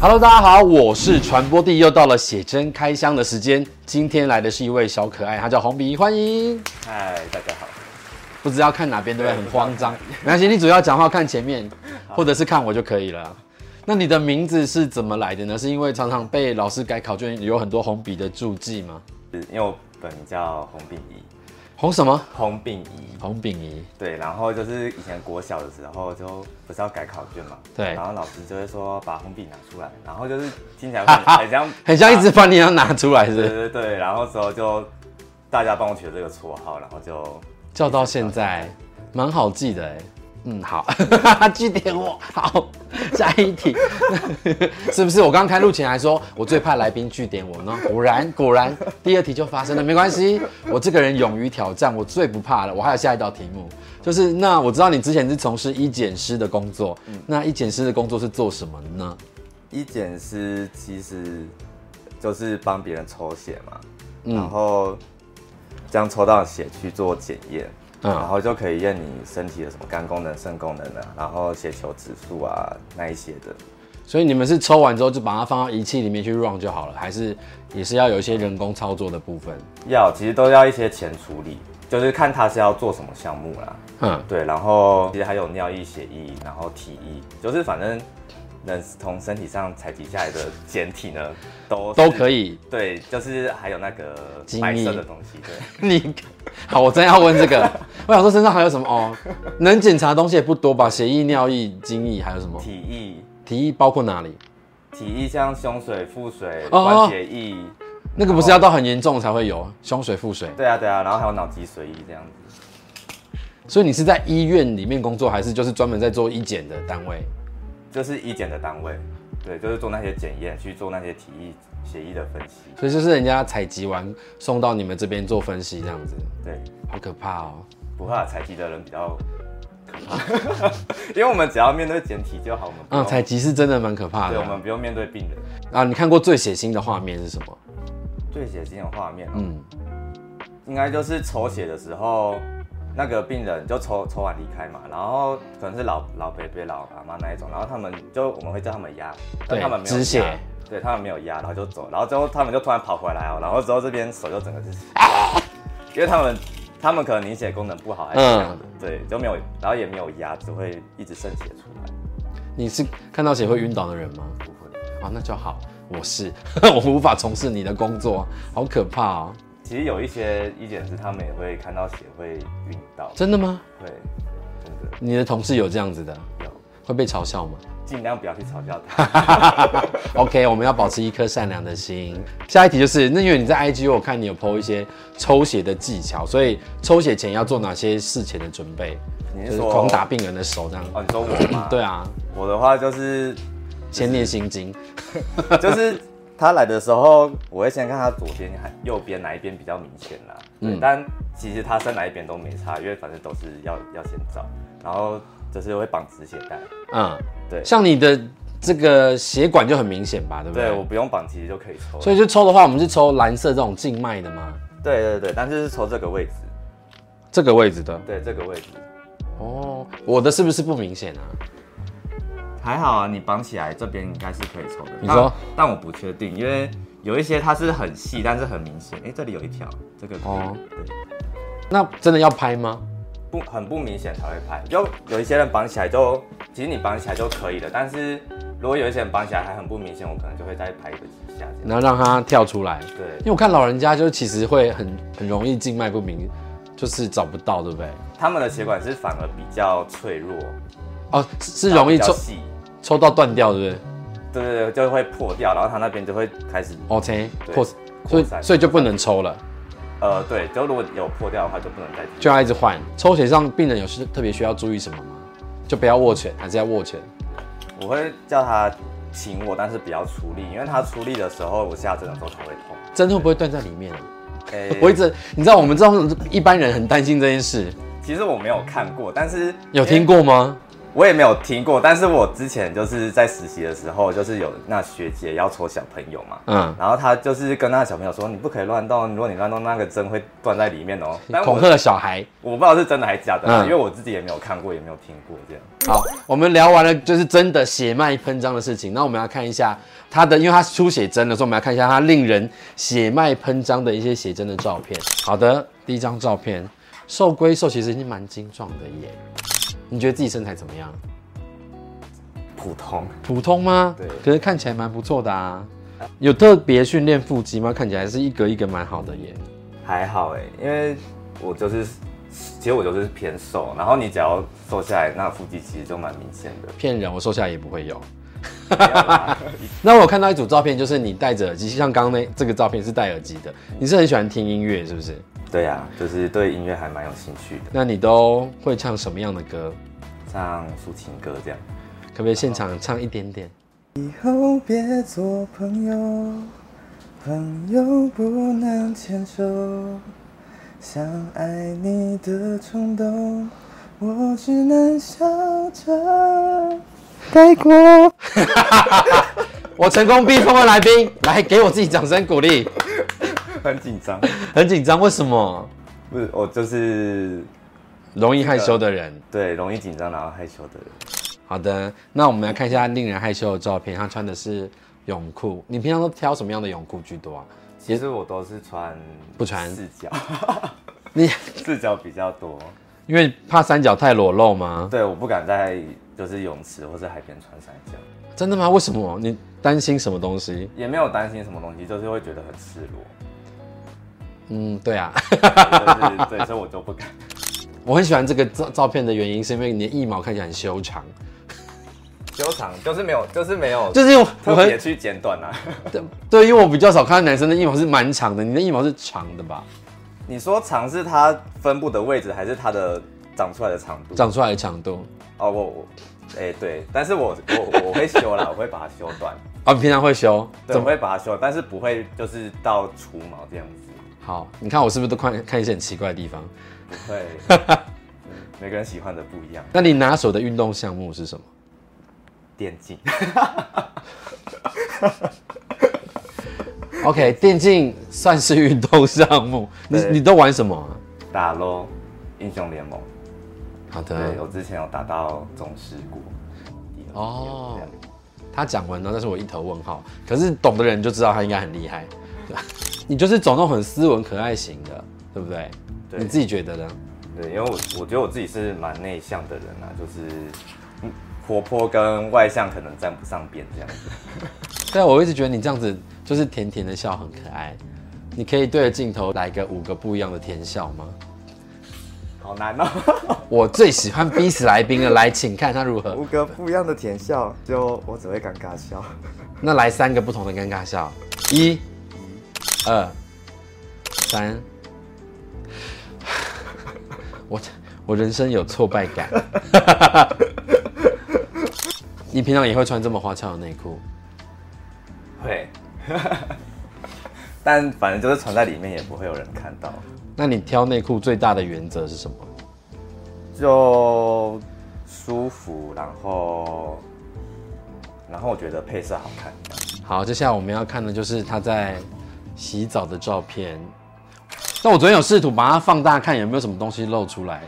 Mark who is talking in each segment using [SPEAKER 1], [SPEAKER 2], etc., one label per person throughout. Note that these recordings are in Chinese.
[SPEAKER 1] Hello，大家好，我是传播帝，又到了写真开箱的时间。今天来的是一位小可爱，他叫红鼻，欢迎。
[SPEAKER 2] 嗨，大家好。
[SPEAKER 1] 不知道看哪边，对不对？很慌张。没关系，你主要讲话看前面，或者是看我就可以了。那你的名字是怎么来的呢？是因为常常被老师改考卷，有很多红笔的注记吗？
[SPEAKER 2] 因为我本名叫洪炳仪，
[SPEAKER 1] 红什么？
[SPEAKER 2] 洪炳仪。
[SPEAKER 1] 红丙仪。
[SPEAKER 2] 对，然后就是以前国小的时候，就不是要改考卷嘛，
[SPEAKER 1] 对
[SPEAKER 2] 然后老师就会说把红笔拿出来，然后就是听起来会很很像，
[SPEAKER 1] 很像一直把你要拿出来是不
[SPEAKER 2] 对
[SPEAKER 1] 是
[SPEAKER 2] 对对，然后之后就大家帮我取了这个绰号，然后就
[SPEAKER 1] 叫到现在，蛮好记的哎。嗯，好，记点我。好，下一题， 是不是？我刚开录前还说我最怕来宾据点我呢，果然果然，第二题就发生了。没关系，我这个人勇于挑战，我最不怕了。我还有下一道题目，就是那我知道你之前是从事医检师的工作，那医检师的工作是做什么呢？
[SPEAKER 2] 一检师其实就是帮别人抽血嘛，
[SPEAKER 1] 嗯
[SPEAKER 2] 然后将抽到的血去做检验，
[SPEAKER 1] 嗯
[SPEAKER 2] 然后就可以验你身体的什么肝功能、肾功能啊，然后血球指数啊那一些的。
[SPEAKER 1] 所以你们是抽完之后就把它放到仪器里面去 run 就好了，还是也是要有一些人工操作的部分？
[SPEAKER 2] 要其实都要一些前处理，就是看他是要做什么项目啦。
[SPEAKER 1] 嗯，
[SPEAKER 2] 对，然后其实还有尿液、血液，然后体液，就是反正能从身体上采集下来的简体呢，都
[SPEAKER 1] 都可
[SPEAKER 2] 以。
[SPEAKER 1] 以。
[SPEAKER 2] 对，就是还有那个
[SPEAKER 1] 精
[SPEAKER 2] 白色
[SPEAKER 1] 液
[SPEAKER 2] 的东西，对。
[SPEAKER 1] 你好，我真要问这个，我想说身上还有什么哦？能检查的东西也不多吧？血液、尿液、精液，还有什么？
[SPEAKER 2] 体液，
[SPEAKER 1] 体液包括哪里？
[SPEAKER 2] 体液像胸水、腹水、
[SPEAKER 1] 哦
[SPEAKER 2] 关节液，
[SPEAKER 1] 那个不是要到很严重才会有胸水、腹水，
[SPEAKER 2] 对啊对啊，然后还有脑脊髓液这样子。
[SPEAKER 1] 所以你是在医院里面工作，还是就是专门在做医检的单位？
[SPEAKER 2] 就是医检的单位，对，就是做那些检验，去做那些体液、血液的分析，
[SPEAKER 1] 所以就是人家采集完送到你们这边做分析，这样子，
[SPEAKER 2] 对。
[SPEAKER 1] 好可怕哦！
[SPEAKER 2] 不怕采集的人比较可怕， 因为我们只要面对简体就好，我们不
[SPEAKER 1] 嗯，
[SPEAKER 2] 用、
[SPEAKER 1] 采集是真的蛮可怕
[SPEAKER 2] 对，
[SPEAKER 1] 的
[SPEAKER 2] 我
[SPEAKER 1] 啊
[SPEAKER 2] 们不用面对病人。
[SPEAKER 1] 啊！你看过最血腥的画面是什么？
[SPEAKER 2] 最血腥的画面、嗯，
[SPEAKER 1] 嗯，
[SPEAKER 2] 应该就是抽血的时候，那个病人就抽抽完离开嘛，然后可能是老老伯伯、老阿妈那一种，然后他们就我们会叫他们压，但
[SPEAKER 1] 对
[SPEAKER 2] 他们没有
[SPEAKER 1] 止血
[SPEAKER 2] 压，对他们没有压，然后就走，然后之后他们就突然跑回来哦，然后之后这边手就整个就是，
[SPEAKER 1] 哎
[SPEAKER 2] 因为他们他们可能凝血功能不好还
[SPEAKER 1] 嗯
[SPEAKER 2] 是怎样的，对，就没有，然后也没有压，只会一直渗血出来。
[SPEAKER 1] 你是看到血会晕倒的人吗？
[SPEAKER 2] 不会
[SPEAKER 1] 啊，那就好，我是 我无法从事你的工作，好可怕哦！
[SPEAKER 2] 其实有一些医检师他们也会看到血会晕倒，
[SPEAKER 1] 真的吗？
[SPEAKER 2] 会真的
[SPEAKER 1] 你的同事有这样子的，
[SPEAKER 2] 有，
[SPEAKER 1] 会被嘲笑吗
[SPEAKER 2] 尽量不要去 嘲笑他。
[SPEAKER 1] ？OK，我们要保持一颗善良的心。下一题就是，那因为你在 IG 我看你有 PO 一些抽血的技巧，所以抽血前要做哪些事前的准备？
[SPEAKER 2] 你
[SPEAKER 1] 就是是
[SPEAKER 2] 说
[SPEAKER 1] 狂打病人的手这样。
[SPEAKER 2] 哦？你说我吗？
[SPEAKER 1] 对，啊，
[SPEAKER 2] 我的话就是
[SPEAKER 1] 先念心经。
[SPEAKER 2] 就是他来的时候，我会先看他左边还右边哪一边比较明显啦。对，
[SPEAKER 1] 嗯
[SPEAKER 2] 但其实他伸哪一边都没差，因为反正都是要要先找，然后就是会绑止血带。
[SPEAKER 1] 嗯，
[SPEAKER 2] 对
[SPEAKER 1] 像你的这个血管就很明显吧，对不对？
[SPEAKER 2] 对，我不用绑，其实就可以抽了。
[SPEAKER 1] 所以就抽的话，我们是抽蓝色这种静脉的吗？
[SPEAKER 2] 对对对，但是是抽这个位置，
[SPEAKER 1] 这个位置的。
[SPEAKER 2] 对这个位置。
[SPEAKER 1] 哦，我的是不是不明显啊？
[SPEAKER 2] 还好啊，你绑起来这边应该是可以抽的。
[SPEAKER 1] 你说
[SPEAKER 2] 但，但我不确定，因为有一些它是很细，但是很明显。哎、这里有一条，这个
[SPEAKER 1] 哦
[SPEAKER 2] 哦，
[SPEAKER 1] 那真的要拍吗？
[SPEAKER 2] 不很不明显才会拍。就有一些人绑起来就，其实你绑起来就可以了，但是如果有一些人绑起来还很不明显，我可能就会再拍个几下这
[SPEAKER 1] 然后
[SPEAKER 2] 样。
[SPEAKER 1] 让它跳出来。因
[SPEAKER 2] 对，
[SPEAKER 1] 为我看老人家就其实会很很容易静脉不明，就是找不到，对不对？
[SPEAKER 2] 他们的血管是反而比较脆弱，
[SPEAKER 1] 哦，是是容易
[SPEAKER 2] 比较
[SPEAKER 1] 抽
[SPEAKER 2] 细，
[SPEAKER 1] 抽到断掉，对不对
[SPEAKER 2] 对对对，就会破掉，然后它那边就会开始，
[SPEAKER 1] ？OK，
[SPEAKER 2] 对
[SPEAKER 1] 破，哦所
[SPEAKER 2] 扩
[SPEAKER 1] 以
[SPEAKER 2] 散
[SPEAKER 1] 所以就不能抽了，
[SPEAKER 2] 呃，对，就如果有破掉的话就不能再
[SPEAKER 1] 就要一直换。抽血上病人有需特别需要注意什么吗？就不要握拳，还是要握拳？
[SPEAKER 2] 我会叫他请我，但是不要出力，因为他出力的时候，我下针的时候才会痛。
[SPEAKER 1] 针会不会断在里面啊？
[SPEAKER 2] 哎，
[SPEAKER 1] 我一直你知道我们这种一般人很担心这件事，
[SPEAKER 2] 其实我没有看过，但是
[SPEAKER 1] 有听过吗？
[SPEAKER 2] 因为我也没有听过，但是我之前就是在实习的时候，就是有那学姐要搓小朋友嘛，
[SPEAKER 1] 嗯，
[SPEAKER 2] 然后她就是跟那个小朋友说，你不可以乱动，如果你乱动，那个针会断在里面哦。但
[SPEAKER 1] 恐
[SPEAKER 2] 我
[SPEAKER 1] 吓小孩。
[SPEAKER 2] 我不知道是真的还是假的啊，
[SPEAKER 1] 嗯
[SPEAKER 2] 因为我自己也没有看过，也没有听过这样。
[SPEAKER 1] 好，我们聊完了就是真的血脉喷张的事情，那我们要看一下他的，因为他出写真的时候，我们要看一下他令人血脉喷张的一些写真的照片。好的，第一张照片，瘦龟瘦其实已经蛮精壮的耶。你觉得自己身材怎么样？
[SPEAKER 2] 普通，
[SPEAKER 1] 普通吗？
[SPEAKER 2] 对
[SPEAKER 1] 可是看起来蛮不错的啊。有特别训练腹肌吗？看起来是一格一格蛮好的耶。
[SPEAKER 2] 还好哎，因为我就是，其实我就是偏瘦，然后你只要瘦下来，那腹肌其实就蛮明显的。
[SPEAKER 1] 骗人，我瘦下来也不会有。
[SPEAKER 2] 没有啦
[SPEAKER 1] 那我有看到一组照片，就是你戴着耳机，像刚刚那这个照片是戴耳机的。你是很喜欢听音乐，是不是？
[SPEAKER 2] 对呀、就是对音乐还蛮有兴趣的，
[SPEAKER 1] 那你都会唱什么样的歌？
[SPEAKER 2] 像抒情歌这样。
[SPEAKER 1] 可不可以现场唱一点点？
[SPEAKER 2] 以后别做朋友，朋友不能牵手。想爱你的冲动，我只能笑着带过。
[SPEAKER 1] 我成功逼疯了来宾，来给我自己掌声鼓励。
[SPEAKER 2] 很紧张，
[SPEAKER 1] 很紧张，为什么？
[SPEAKER 2] 不是我就是
[SPEAKER 1] 容易害羞的人。
[SPEAKER 2] 对容易紧张然后害羞的人。
[SPEAKER 1] 好的，那我们来看一下令人害羞的照片。他穿的是泳裤，你平常都挑什么样的泳裤居多啊？
[SPEAKER 2] 其实我都是穿
[SPEAKER 1] 不穿
[SPEAKER 2] 四角，
[SPEAKER 1] 你
[SPEAKER 2] 四角比较多。
[SPEAKER 1] 因为怕三角太裸露吗？
[SPEAKER 2] 对，我不敢在就是泳池或是海边穿三角，
[SPEAKER 1] 真的吗？为什么？你担心什么东西？
[SPEAKER 2] 也没有担心什么东西，就是会觉得很赤裸。
[SPEAKER 1] 嗯，对啊，
[SPEAKER 2] 就是对，所以我就不敢。
[SPEAKER 1] 我很喜欢这个照照片的原因，是因为你的腋毛看起来很修长，
[SPEAKER 2] 修长就是没有，就是没有，
[SPEAKER 1] 就是我我
[SPEAKER 2] 特别
[SPEAKER 1] 很
[SPEAKER 2] 去剪短啊。
[SPEAKER 1] 对对，因为我比较少看到男生的腋毛是蛮长的，你的腋毛是长的吧？
[SPEAKER 2] 你说长是它分布的位置，还是它的长出来的长度？
[SPEAKER 1] 长出来的长度
[SPEAKER 2] 哦，我我，哎、对，但是我我我会修啦，我会把它修短，
[SPEAKER 1] 啊，你平常会修？
[SPEAKER 2] 对，我会把它修，但是不会就是到除毛这样子，
[SPEAKER 1] 好？你看我是不是都看看一些很奇怪的地方？
[SPEAKER 2] 不会。每个人喜欢的不一样，
[SPEAKER 1] 那你拿手的运动项目是什么？
[SPEAKER 2] 电竞
[SPEAKER 1] OK，电竞算是运动项目，你
[SPEAKER 2] 对
[SPEAKER 1] 你都玩什么啊、
[SPEAKER 2] 打咯，英雄联盟，
[SPEAKER 1] 好
[SPEAKER 2] 对
[SPEAKER 1] 的，
[SPEAKER 2] 我之前有打到宗师国，
[SPEAKER 1] 哦
[SPEAKER 2] 这样
[SPEAKER 1] 他讲完了，但是我一头问号。可是懂的人就知道他应该很厉害， 对吧？你就是走那种很斯文可爱型的，对不对？
[SPEAKER 2] 对
[SPEAKER 1] 你自己觉得呢？
[SPEAKER 2] 对，因为我我觉得我自己是蛮内向的人啊，就是嗯活泼跟外向可能沾不上边这样子。
[SPEAKER 1] 对啊，我一直觉得你这样子就是甜甜的笑很可爱。你可以对着镜头来个五个不一样的甜笑吗？
[SPEAKER 2] 好难哦，
[SPEAKER 1] 我最喜欢逼死来宾了，来，请看他如何。
[SPEAKER 2] 五个不一样的甜笑，就我只会尴尬笑。
[SPEAKER 1] 那来三个不同的尴尬笑，一、二、三。 我我人生有挫败感。 你平常也会穿这么花俏的内裤？
[SPEAKER 2] 会， 但反正就是存在里面也不会有人看到，
[SPEAKER 1] 那你挑内裤最大的原则是什么？
[SPEAKER 2] 就舒服，然后然后我觉得配色好看。这样
[SPEAKER 1] 好，接下来我们要看的就是他在洗澡的照片。那我昨天有试图把它放大看有没有什么东西露出来，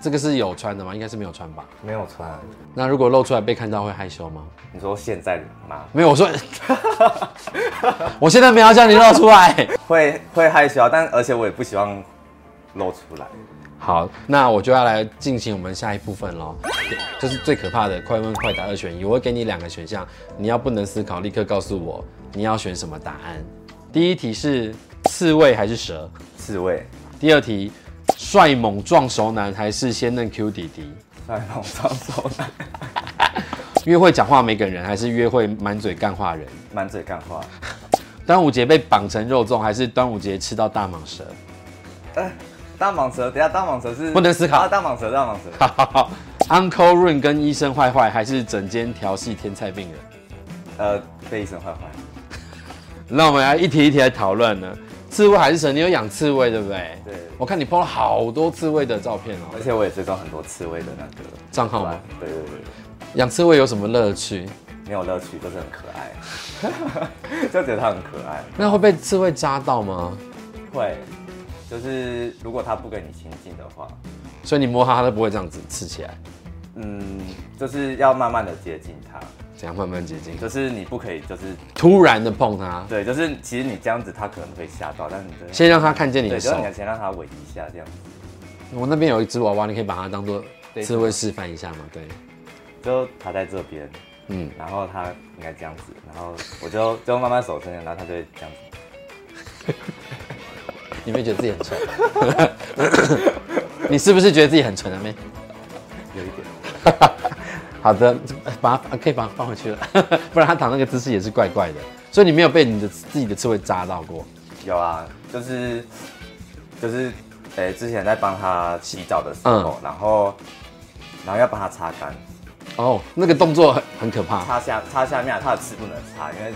[SPEAKER 1] 这个是有穿的吗？应该是没有穿吧。
[SPEAKER 2] 没有穿，
[SPEAKER 1] 那如果露出来被看到会害羞吗？
[SPEAKER 2] 你说现在吗？
[SPEAKER 1] 没有，我说， 我现在没有要叫你露出来。
[SPEAKER 2] 会会害羞啊，但而且我也不希望露出来。
[SPEAKER 1] 好，那我就要来进行我们下一部分喽，就是最可怕的快问快答二选一。我会给你两个选项，你要不能思考，立刻告诉我你要选什么答案。第一题是刺猬还是蛇？
[SPEAKER 2] 刺猬。
[SPEAKER 1] 第二题，帅猛壮熟男还是鲜嫩 Q 弟弟？
[SPEAKER 2] 在网上搜的，
[SPEAKER 1] 约会讲话没梗人还是约会满嘴干话人？
[SPEAKER 2] 满嘴干话。
[SPEAKER 1] 端午节被绑成肉粽还是端午节吃到大蟒蛇？
[SPEAKER 2] 大蟒蛇，等一下大蟒蛇是
[SPEAKER 1] 不能思考
[SPEAKER 2] 啊！大蟒蛇，大蟒蛇，
[SPEAKER 1] Uncle Run 跟医生坏坏，还是整间调戏天才病人？
[SPEAKER 2] 呃，被医生坏坏。
[SPEAKER 1] 那我们来一题一题来讨论呢。刺猬还是蛇？你有养刺猬对不对？
[SPEAKER 2] 对
[SPEAKER 1] 我看你 PO 了好多刺猬的照片哦、
[SPEAKER 2] 而且我也追踪很多刺猬的那个，
[SPEAKER 1] 账号吗？
[SPEAKER 2] 对对对对，
[SPEAKER 1] 养刺猬有什么乐趣？
[SPEAKER 2] 没有乐趣，就是很可爱，就觉得它很可爱。
[SPEAKER 1] 那会被刺猬扎到吗？
[SPEAKER 2] 会，就是如果它不跟你亲近的话，
[SPEAKER 1] 所以你摸它，它都不会这样子刺起来，
[SPEAKER 2] 嗯，就是要慢慢的接近它，
[SPEAKER 1] 怎样慢慢接近？
[SPEAKER 2] 就是你不可以，就是
[SPEAKER 1] 突然的碰它，
[SPEAKER 2] 对，就是其实你这样子它可能会吓到，但是你就
[SPEAKER 1] 先让它看见你
[SPEAKER 2] 对，
[SPEAKER 1] 的
[SPEAKER 2] 就是
[SPEAKER 1] 手
[SPEAKER 2] 你。要先让它闻一下这样子，
[SPEAKER 1] 我那边有一只娃娃，你可以把它当做刺猬示范一下嘛？对，
[SPEAKER 2] 就它在这边，
[SPEAKER 1] 嗯，
[SPEAKER 2] 然后它应该这样子，然后我就就慢慢手伸进来，然后它就会这样子，
[SPEAKER 1] 你没觉得自己很蠢？你是不是觉得自己很蠢啊，妹？
[SPEAKER 2] 有一点，
[SPEAKER 1] 好的，把它可以把它放回去了， 不然它躺那个姿势也是怪怪的。所以你没有被你的自己的刺猬扎到过，
[SPEAKER 2] 有啊，就是就是，呃、之前在帮它洗澡的时候，然后然后要帮它擦干，
[SPEAKER 1] 哦，那个动作很很可怕。
[SPEAKER 2] 擦下擦下面，它的刺不能擦，因为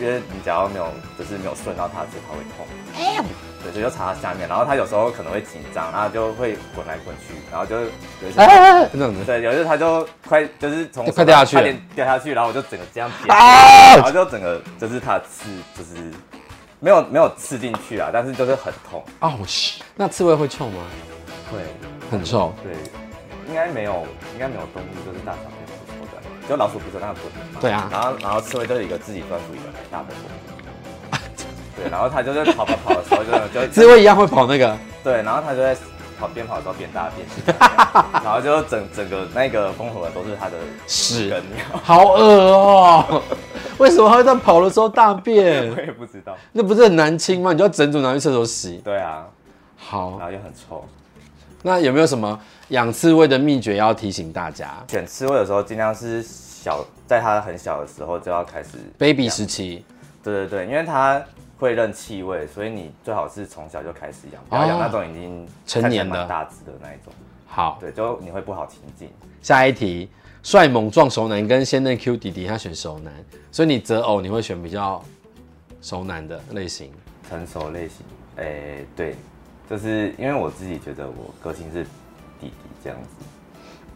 [SPEAKER 2] 因为你只要没有就是没有顺到它的刺，它会痛。对，所以就擦下面，然后它有时候可能会紧张，然后就会滚来滚去，然后就有一次，
[SPEAKER 1] 啊，这样子
[SPEAKER 2] 对，有一次它就快就是从
[SPEAKER 1] 快掉下去了
[SPEAKER 2] 差点掉下去，然后我就整个这样扁，
[SPEAKER 1] 啊
[SPEAKER 2] 然后就整个就是它的刺就是没有没有刺进去啊，但是就是很痛。
[SPEAKER 1] 哦，嘘那刺猬会臭吗？
[SPEAKER 2] 会，
[SPEAKER 1] 很臭。
[SPEAKER 2] 对，应该没有，应该没有动物就是大小便不臭的，就老鼠不臭，那个不能嘛。
[SPEAKER 1] 对啊
[SPEAKER 2] 然后然后刺猬就是一个自己专属一个很大的洞。对，然后它就是跑跑跑的时候就就
[SPEAKER 1] 刺猬一样会跑那个，
[SPEAKER 2] 对，然后它就在跑边跑的时候变大变小，然后就整整个那个风火轮都是它的
[SPEAKER 1] 屎
[SPEAKER 2] 跟尿，
[SPEAKER 1] 好恶哦、 为什么它会在跑的时候大
[SPEAKER 2] 我
[SPEAKER 1] 便？
[SPEAKER 2] 也不知道。
[SPEAKER 1] 那不是很难清吗？你就要整组拿去厕所洗。
[SPEAKER 2] 对啊，
[SPEAKER 1] 好
[SPEAKER 2] 然，后又很臭。
[SPEAKER 1] 那有没有什么养刺猬的秘诀要提醒大家
[SPEAKER 2] 选刺猬的时候尽量是小，在它很小的时候就要开始
[SPEAKER 1] ？baby 时期
[SPEAKER 2] 对对对，因为它会认气味，所以你最好是从小就开始养，不要养那种已经
[SPEAKER 1] 哦成年的
[SPEAKER 2] 看起来蛮大只的那一种。
[SPEAKER 1] 好，
[SPEAKER 2] 对，就你会不好亲近。
[SPEAKER 1] 下一题，帅猛撞熟男跟鲜嫩 Q 弟弟，他选熟男，所以你择偶你会选比较熟男的类型。
[SPEAKER 2] 成熟类型，哎、对，就是因为我自己觉得我个性是弟弟这样子。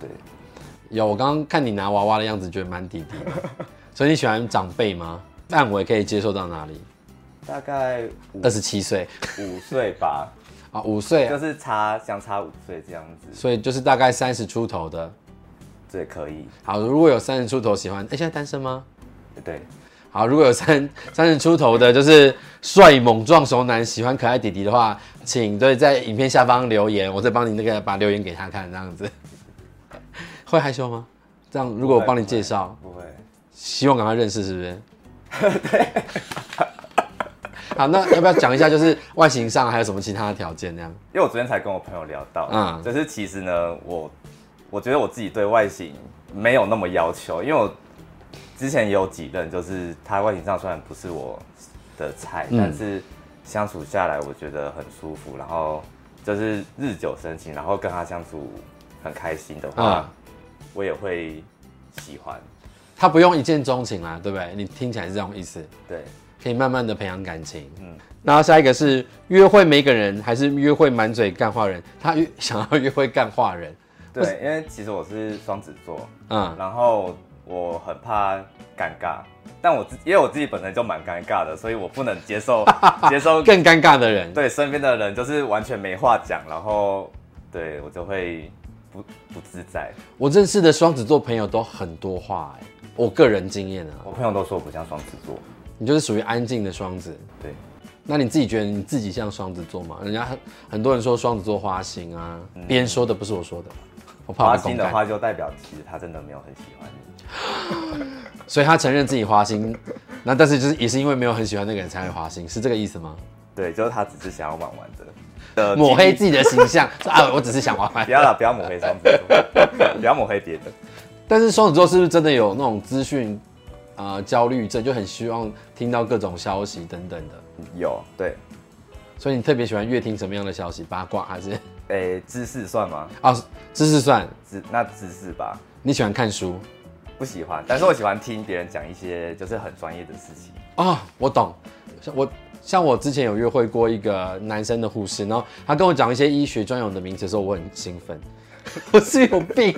[SPEAKER 2] 对，
[SPEAKER 1] 有，我刚刚看你拿娃娃的样子，觉得蛮弟弟的，所以你喜欢长辈吗？范围可以接受到哪里？
[SPEAKER 2] 大概五
[SPEAKER 1] 二十七岁
[SPEAKER 2] 五岁 吧，
[SPEAKER 1] 啊，五岁
[SPEAKER 2] 就
[SPEAKER 1] 啊，
[SPEAKER 2] 是差相差五岁这样子，
[SPEAKER 1] 所以就是大概三十出头的。
[SPEAKER 2] 对，可以，
[SPEAKER 1] 好，如果有三十出头喜欢，哎、现在单身吗？
[SPEAKER 2] 对，
[SPEAKER 1] 好，如果有三 三十出头的，就是帅猛壮熟男，喜欢可爱弟弟的话，请对在影片下方留言，我再帮你那个把留言给他看，这样子。 会害羞吗？这样如果我帮你介绍，
[SPEAKER 2] 不会，
[SPEAKER 1] 希望赶快认识，是不是？对。好，那要不要讲一下，就是外形上还有什么其他的条件？这样
[SPEAKER 2] 因为我昨天才跟我朋友聊到，
[SPEAKER 1] 嗯
[SPEAKER 2] 嗯，就是其实呢，我我觉得我自己对外形没有那么要求，因为我之前也有几任，就是他外形上虽然不是我的菜，
[SPEAKER 1] 嗯
[SPEAKER 2] 但是相处下来我觉得很舒服，然后就是日久生情，然后跟他相处很开心的话，
[SPEAKER 1] 啊
[SPEAKER 2] 我也会喜欢，
[SPEAKER 1] 他不用一见钟情啦，对不对？你听起来是这种意思，
[SPEAKER 2] 对，
[SPEAKER 1] 可以慢慢的培养感情。
[SPEAKER 2] 嗯，
[SPEAKER 1] 然后下一个是约会没梗人，还是约会满嘴干话人？他约想要约会干话人，
[SPEAKER 2] 对，因为其实我是双子座，
[SPEAKER 1] 嗯，
[SPEAKER 2] 然后我很怕尴尬，但我自因为我自己本身就蛮尴尬的，所以我不能接 受接受
[SPEAKER 1] 更尴尬的人。
[SPEAKER 2] 对身边的人就是完全没话讲，然后对我就会不不自在。
[SPEAKER 1] 我认识的双子座朋友都很多话、欸，我个人经验啊，
[SPEAKER 2] 我朋友都说我不像双子座，
[SPEAKER 1] 你就是属于安静的双子。
[SPEAKER 2] 对，
[SPEAKER 1] 那你自己觉得你自己像双子座吗？人家很很多人说双子座花心啊，别人说的不是我说的，我怕我
[SPEAKER 2] 嗯花
[SPEAKER 1] 被公
[SPEAKER 2] 心的
[SPEAKER 1] 干。
[SPEAKER 2] 话就代表其实他真的没有很喜欢你。
[SPEAKER 1] 所以他承认自己花心，那但是就是也是因为没有很喜欢那个人才会花心，是这个意思吗？
[SPEAKER 2] 对，就是他只是想要玩玩的。的
[SPEAKER 1] 抹黑自
[SPEAKER 2] 己，
[SPEAKER 1] 己的形象 说啊，我只是想玩玩
[SPEAKER 2] 不。要啦，不要抹黑双子座，不要抹黑别的。
[SPEAKER 1] 但是双子座是不是真的有那种资讯啊焦虑症，就很希望听到各种消息等等的？
[SPEAKER 2] 有对，
[SPEAKER 1] 所以你特别喜欢阅听什么样的消息？八卦还是
[SPEAKER 2] 诶、知识算吗？
[SPEAKER 1] 啊知识算？
[SPEAKER 2] 知那知识吧，
[SPEAKER 1] 你喜欢看书
[SPEAKER 2] 不喜欢，但是我喜欢听别人讲一些就是很专业的事情。
[SPEAKER 1] 啊、我懂，像我。像我之前有约会过一个男生的护士，然后他跟我讲一些医学专有的名词的时候，我很兴奋， 我是有病。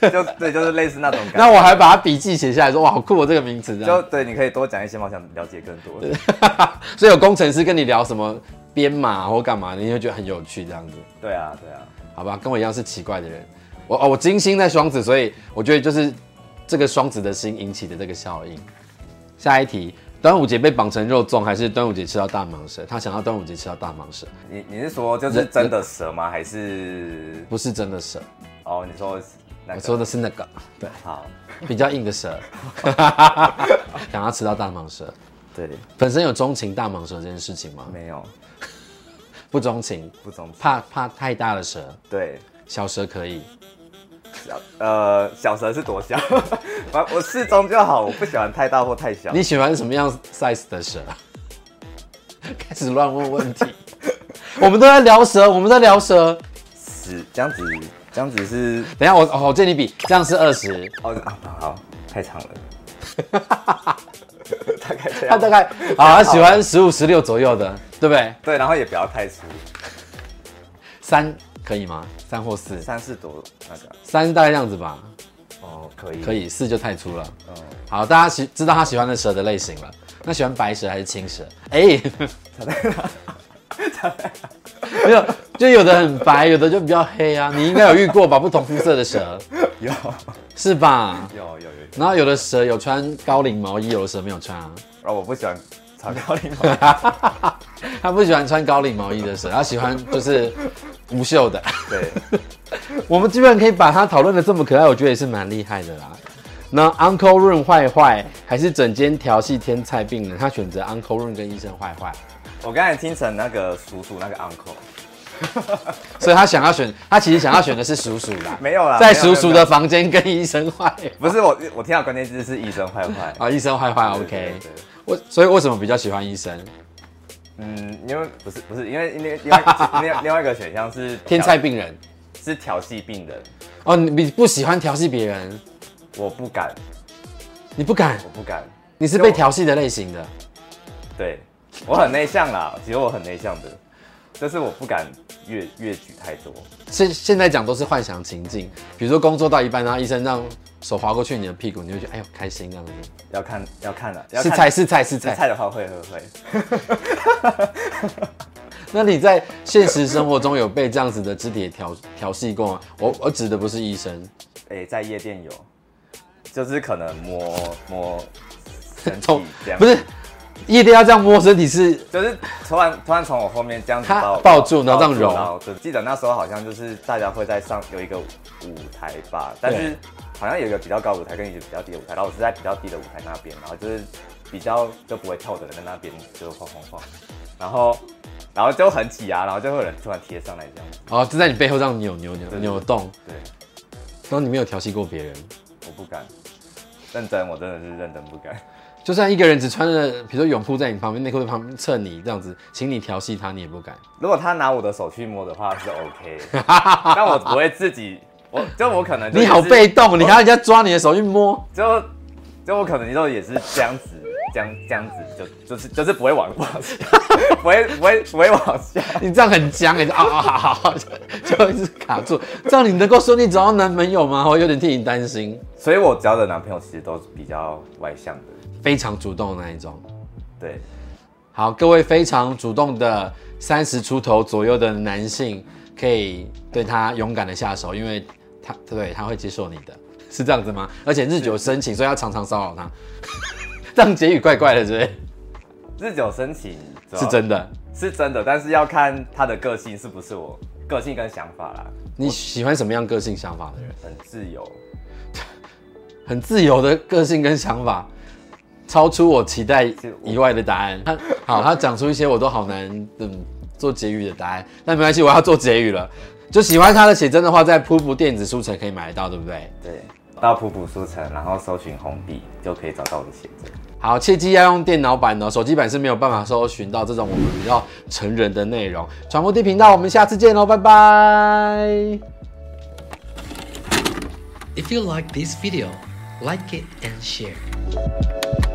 [SPEAKER 2] 就对，就是类似那种感 觉。
[SPEAKER 1] 那我还把它笔记写下来说，哇，好酷哦，这个名词这样。
[SPEAKER 2] 就对，你可以多讲一些嘛，我想了解更多。
[SPEAKER 1] 所以有工程师跟你聊什么编码或干嘛，你会觉得很有趣这样子，
[SPEAKER 2] 对啊，对啊，
[SPEAKER 1] 好吧？跟我一样是奇怪的人。我哦，我金星在双子，所以我觉得就是这个双子的心引起的这个效应。下一题，端午节被绑成肉粽，还是端午节吃到大蟒蛇？他想要端午节吃到大蟒蛇，
[SPEAKER 2] 你你是说就是真的蛇吗？还是
[SPEAKER 1] 不是真的蛇。
[SPEAKER 2] 哦？你说那
[SPEAKER 1] 我
[SPEAKER 2] 个
[SPEAKER 1] 说的是那个，对，
[SPEAKER 2] 好，
[SPEAKER 1] 比较硬的蛇，想要吃到大蟒蛇。
[SPEAKER 2] 对，
[SPEAKER 1] 本身有钟情大蟒蛇这件事情吗？
[SPEAKER 2] 没有
[SPEAKER 1] 不钟情，
[SPEAKER 2] 不中
[SPEAKER 1] 怕怕太大的蛇，
[SPEAKER 2] 对。
[SPEAKER 1] 小蛇可以。
[SPEAKER 2] 小呃，小蛇是多小？我我适中就好，我不喜欢太大或太 小。
[SPEAKER 1] 你喜欢什么样 size 的蛇？ 开始乱问问题。 我们都在聊蛇，我们在聊蛇。
[SPEAKER 2] 是这样子，这样子是
[SPEAKER 1] 等一下我哦，我借你笔，这样是二十，
[SPEAKER 2] 哦，啊好，太长了， 大概
[SPEAKER 1] 他
[SPEAKER 2] 这样
[SPEAKER 1] 大。概啊，他喜欢十五、十六左右的，对不对？
[SPEAKER 2] 对，然后也不要太粗，
[SPEAKER 1] 三可以吗？三或四，
[SPEAKER 2] 三四多那个
[SPEAKER 1] 三大概这样子吧，
[SPEAKER 2] 哦，可以
[SPEAKER 1] 可，以，四就太粗了。
[SPEAKER 2] 嗯，
[SPEAKER 1] 好，大家喜知道他喜欢的蛇的类型了。那喜欢白蛇还是青蛇？哎、
[SPEAKER 2] 差在哪？ 差在哪
[SPEAKER 1] 没有，就有的很白，有的就比较黑啊。你应该有遇过吧？不同肤色的蛇
[SPEAKER 2] 有
[SPEAKER 1] 是吧？
[SPEAKER 2] 有有有，
[SPEAKER 1] 然后有的蛇有穿高领毛衣，有的蛇没有穿啊。
[SPEAKER 2] 然哦后我不喜欢长高领毛，
[SPEAKER 1] 他不喜欢穿高领毛衣的蛇，他喜欢就是无袖的。
[SPEAKER 2] 对，
[SPEAKER 1] 我们基本可以把他讨论的这么可爱，我觉得也是蛮厉害的啦。那 Uncle Run 坏坏还是整间调戏天才病人，他选择 Uncle Run 跟医生坏坏，
[SPEAKER 2] 我刚才听成那个叔叔那个 uncle，
[SPEAKER 1] 所以他想要选，他其实想要选的是叔叔 啦，
[SPEAKER 2] 没有啦，
[SPEAKER 1] 在
[SPEAKER 2] 没有
[SPEAKER 1] 叔叔。
[SPEAKER 2] 没有
[SPEAKER 1] 的房间跟医生坏
[SPEAKER 2] 不是我，我听到关键字是医生坏坏。
[SPEAKER 1] 啊，医生坏坏
[SPEAKER 2] 对对
[SPEAKER 1] OK
[SPEAKER 2] 对。对
[SPEAKER 1] 我所以为什么比较喜欢医生？
[SPEAKER 2] 嗯，因为不是不是，因为因为因为另外另外一个选项 是
[SPEAKER 1] 天才病人
[SPEAKER 2] 调是调戏病人，
[SPEAKER 1] 哦，你你不喜欢调戏别人，
[SPEAKER 2] 我不敢，
[SPEAKER 1] 你不敢，
[SPEAKER 2] 我不敢，
[SPEAKER 1] 你是
[SPEAKER 2] 因为
[SPEAKER 1] 被
[SPEAKER 2] 我
[SPEAKER 1] 调戏的类型的。
[SPEAKER 2] 对我很内向啦，其实我很内向的，就是我不敢越越举太多。
[SPEAKER 1] 现现在讲都是幻想情境，比如说工作到一半，然后医生让手划过去你的屁股，你会觉得哎呦开心这样子。
[SPEAKER 2] 要看要看啊了，要
[SPEAKER 1] 是
[SPEAKER 2] 看
[SPEAKER 1] 菜是菜是
[SPEAKER 2] 是
[SPEAKER 1] 菜。
[SPEAKER 2] 菜的话会会会，
[SPEAKER 1] 那你在现实生活中有被这样子的肢体调调戏过吗？我我指的不是医
[SPEAKER 2] 嗯
[SPEAKER 1] 生，
[SPEAKER 2] 诶、在夜店有，就是可能摸摸身
[SPEAKER 1] 从
[SPEAKER 2] 体这样，
[SPEAKER 1] 不是夜店要这样摸身体是
[SPEAKER 2] 就是突然突然从我后面这样子
[SPEAKER 1] 他
[SPEAKER 2] 把我
[SPEAKER 1] 抱住然后这样揉
[SPEAKER 2] 然后就记得那时候好像就是大家会在上有一个舞台吧，但是好像有一个比较高的舞台跟一个比较低的舞台，然后我是在比较低的舞台那边，然后就是比较就不会跳的人在那边就晃晃晃，然后然后就很挤啊，然后就会有人突然贴上来这样子，
[SPEAKER 1] 哦，就在你背后这样扭扭扭
[SPEAKER 2] 对对
[SPEAKER 1] 扭动，
[SPEAKER 2] 对，
[SPEAKER 1] 然后你没有调戏过别人。
[SPEAKER 2] 我不敢，认真，我真的是认真不敢，
[SPEAKER 1] 就算一个人只穿着，比如说泳裤在你旁边，内裤在旁边侧你这样子，请你调戏他，你也不敢。
[SPEAKER 2] 如果他拿我的手去摸的话 是 OK，但我不会自己。我就我可能就
[SPEAKER 1] 你好
[SPEAKER 2] 是
[SPEAKER 1] 被动，你还要人家抓你的手去摸，
[SPEAKER 2] 就就我可能就也是这样子，这样这样子，就就是就是不会往往下，不会不会不会往下。
[SPEAKER 1] 你这样很僵哎、就啊啊好好好，就就一直卡住。这样你能够顺利找到男朋友吗？我有点替你担心。
[SPEAKER 2] 所以我交的男朋友其实都是比较外向的，
[SPEAKER 1] 非常主动的那一种。
[SPEAKER 2] 对，
[SPEAKER 1] 好，各位非常主动的三十出头左右的男性，可以对他勇敢的下手，因为他对他会接受你的，是这样子吗？而且日久生情，所以要常常骚扰他。 这样结语怪怪的，是
[SPEAKER 2] 日久生情
[SPEAKER 1] 不
[SPEAKER 2] 主要
[SPEAKER 1] 是？是真的。
[SPEAKER 2] 是真的，但是要看他的个性是不是我个性跟想法啦，
[SPEAKER 1] 你喜欢什么样个性想法的人？
[SPEAKER 2] 很自由。
[SPEAKER 1] 很自由的个性跟想法，超出我期待以外的答案。他好，他讲出一些我都好难嗯做结语的答案，但没关系，我要做结语了。就喜欢他的写真的话，在瀑布电子书城可以买得到，对不对？
[SPEAKER 2] 对，到普普书城，然后搜寻红笔就可以找到我的写真。
[SPEAKER 1] 好，切记要用电脑版哦，手机版是没有办法搜寻到这种我们比较成人的内容。传播地频道，我们下次见喽，哦拜拜。
[SPEAKER 3] If you like this video, like it and share.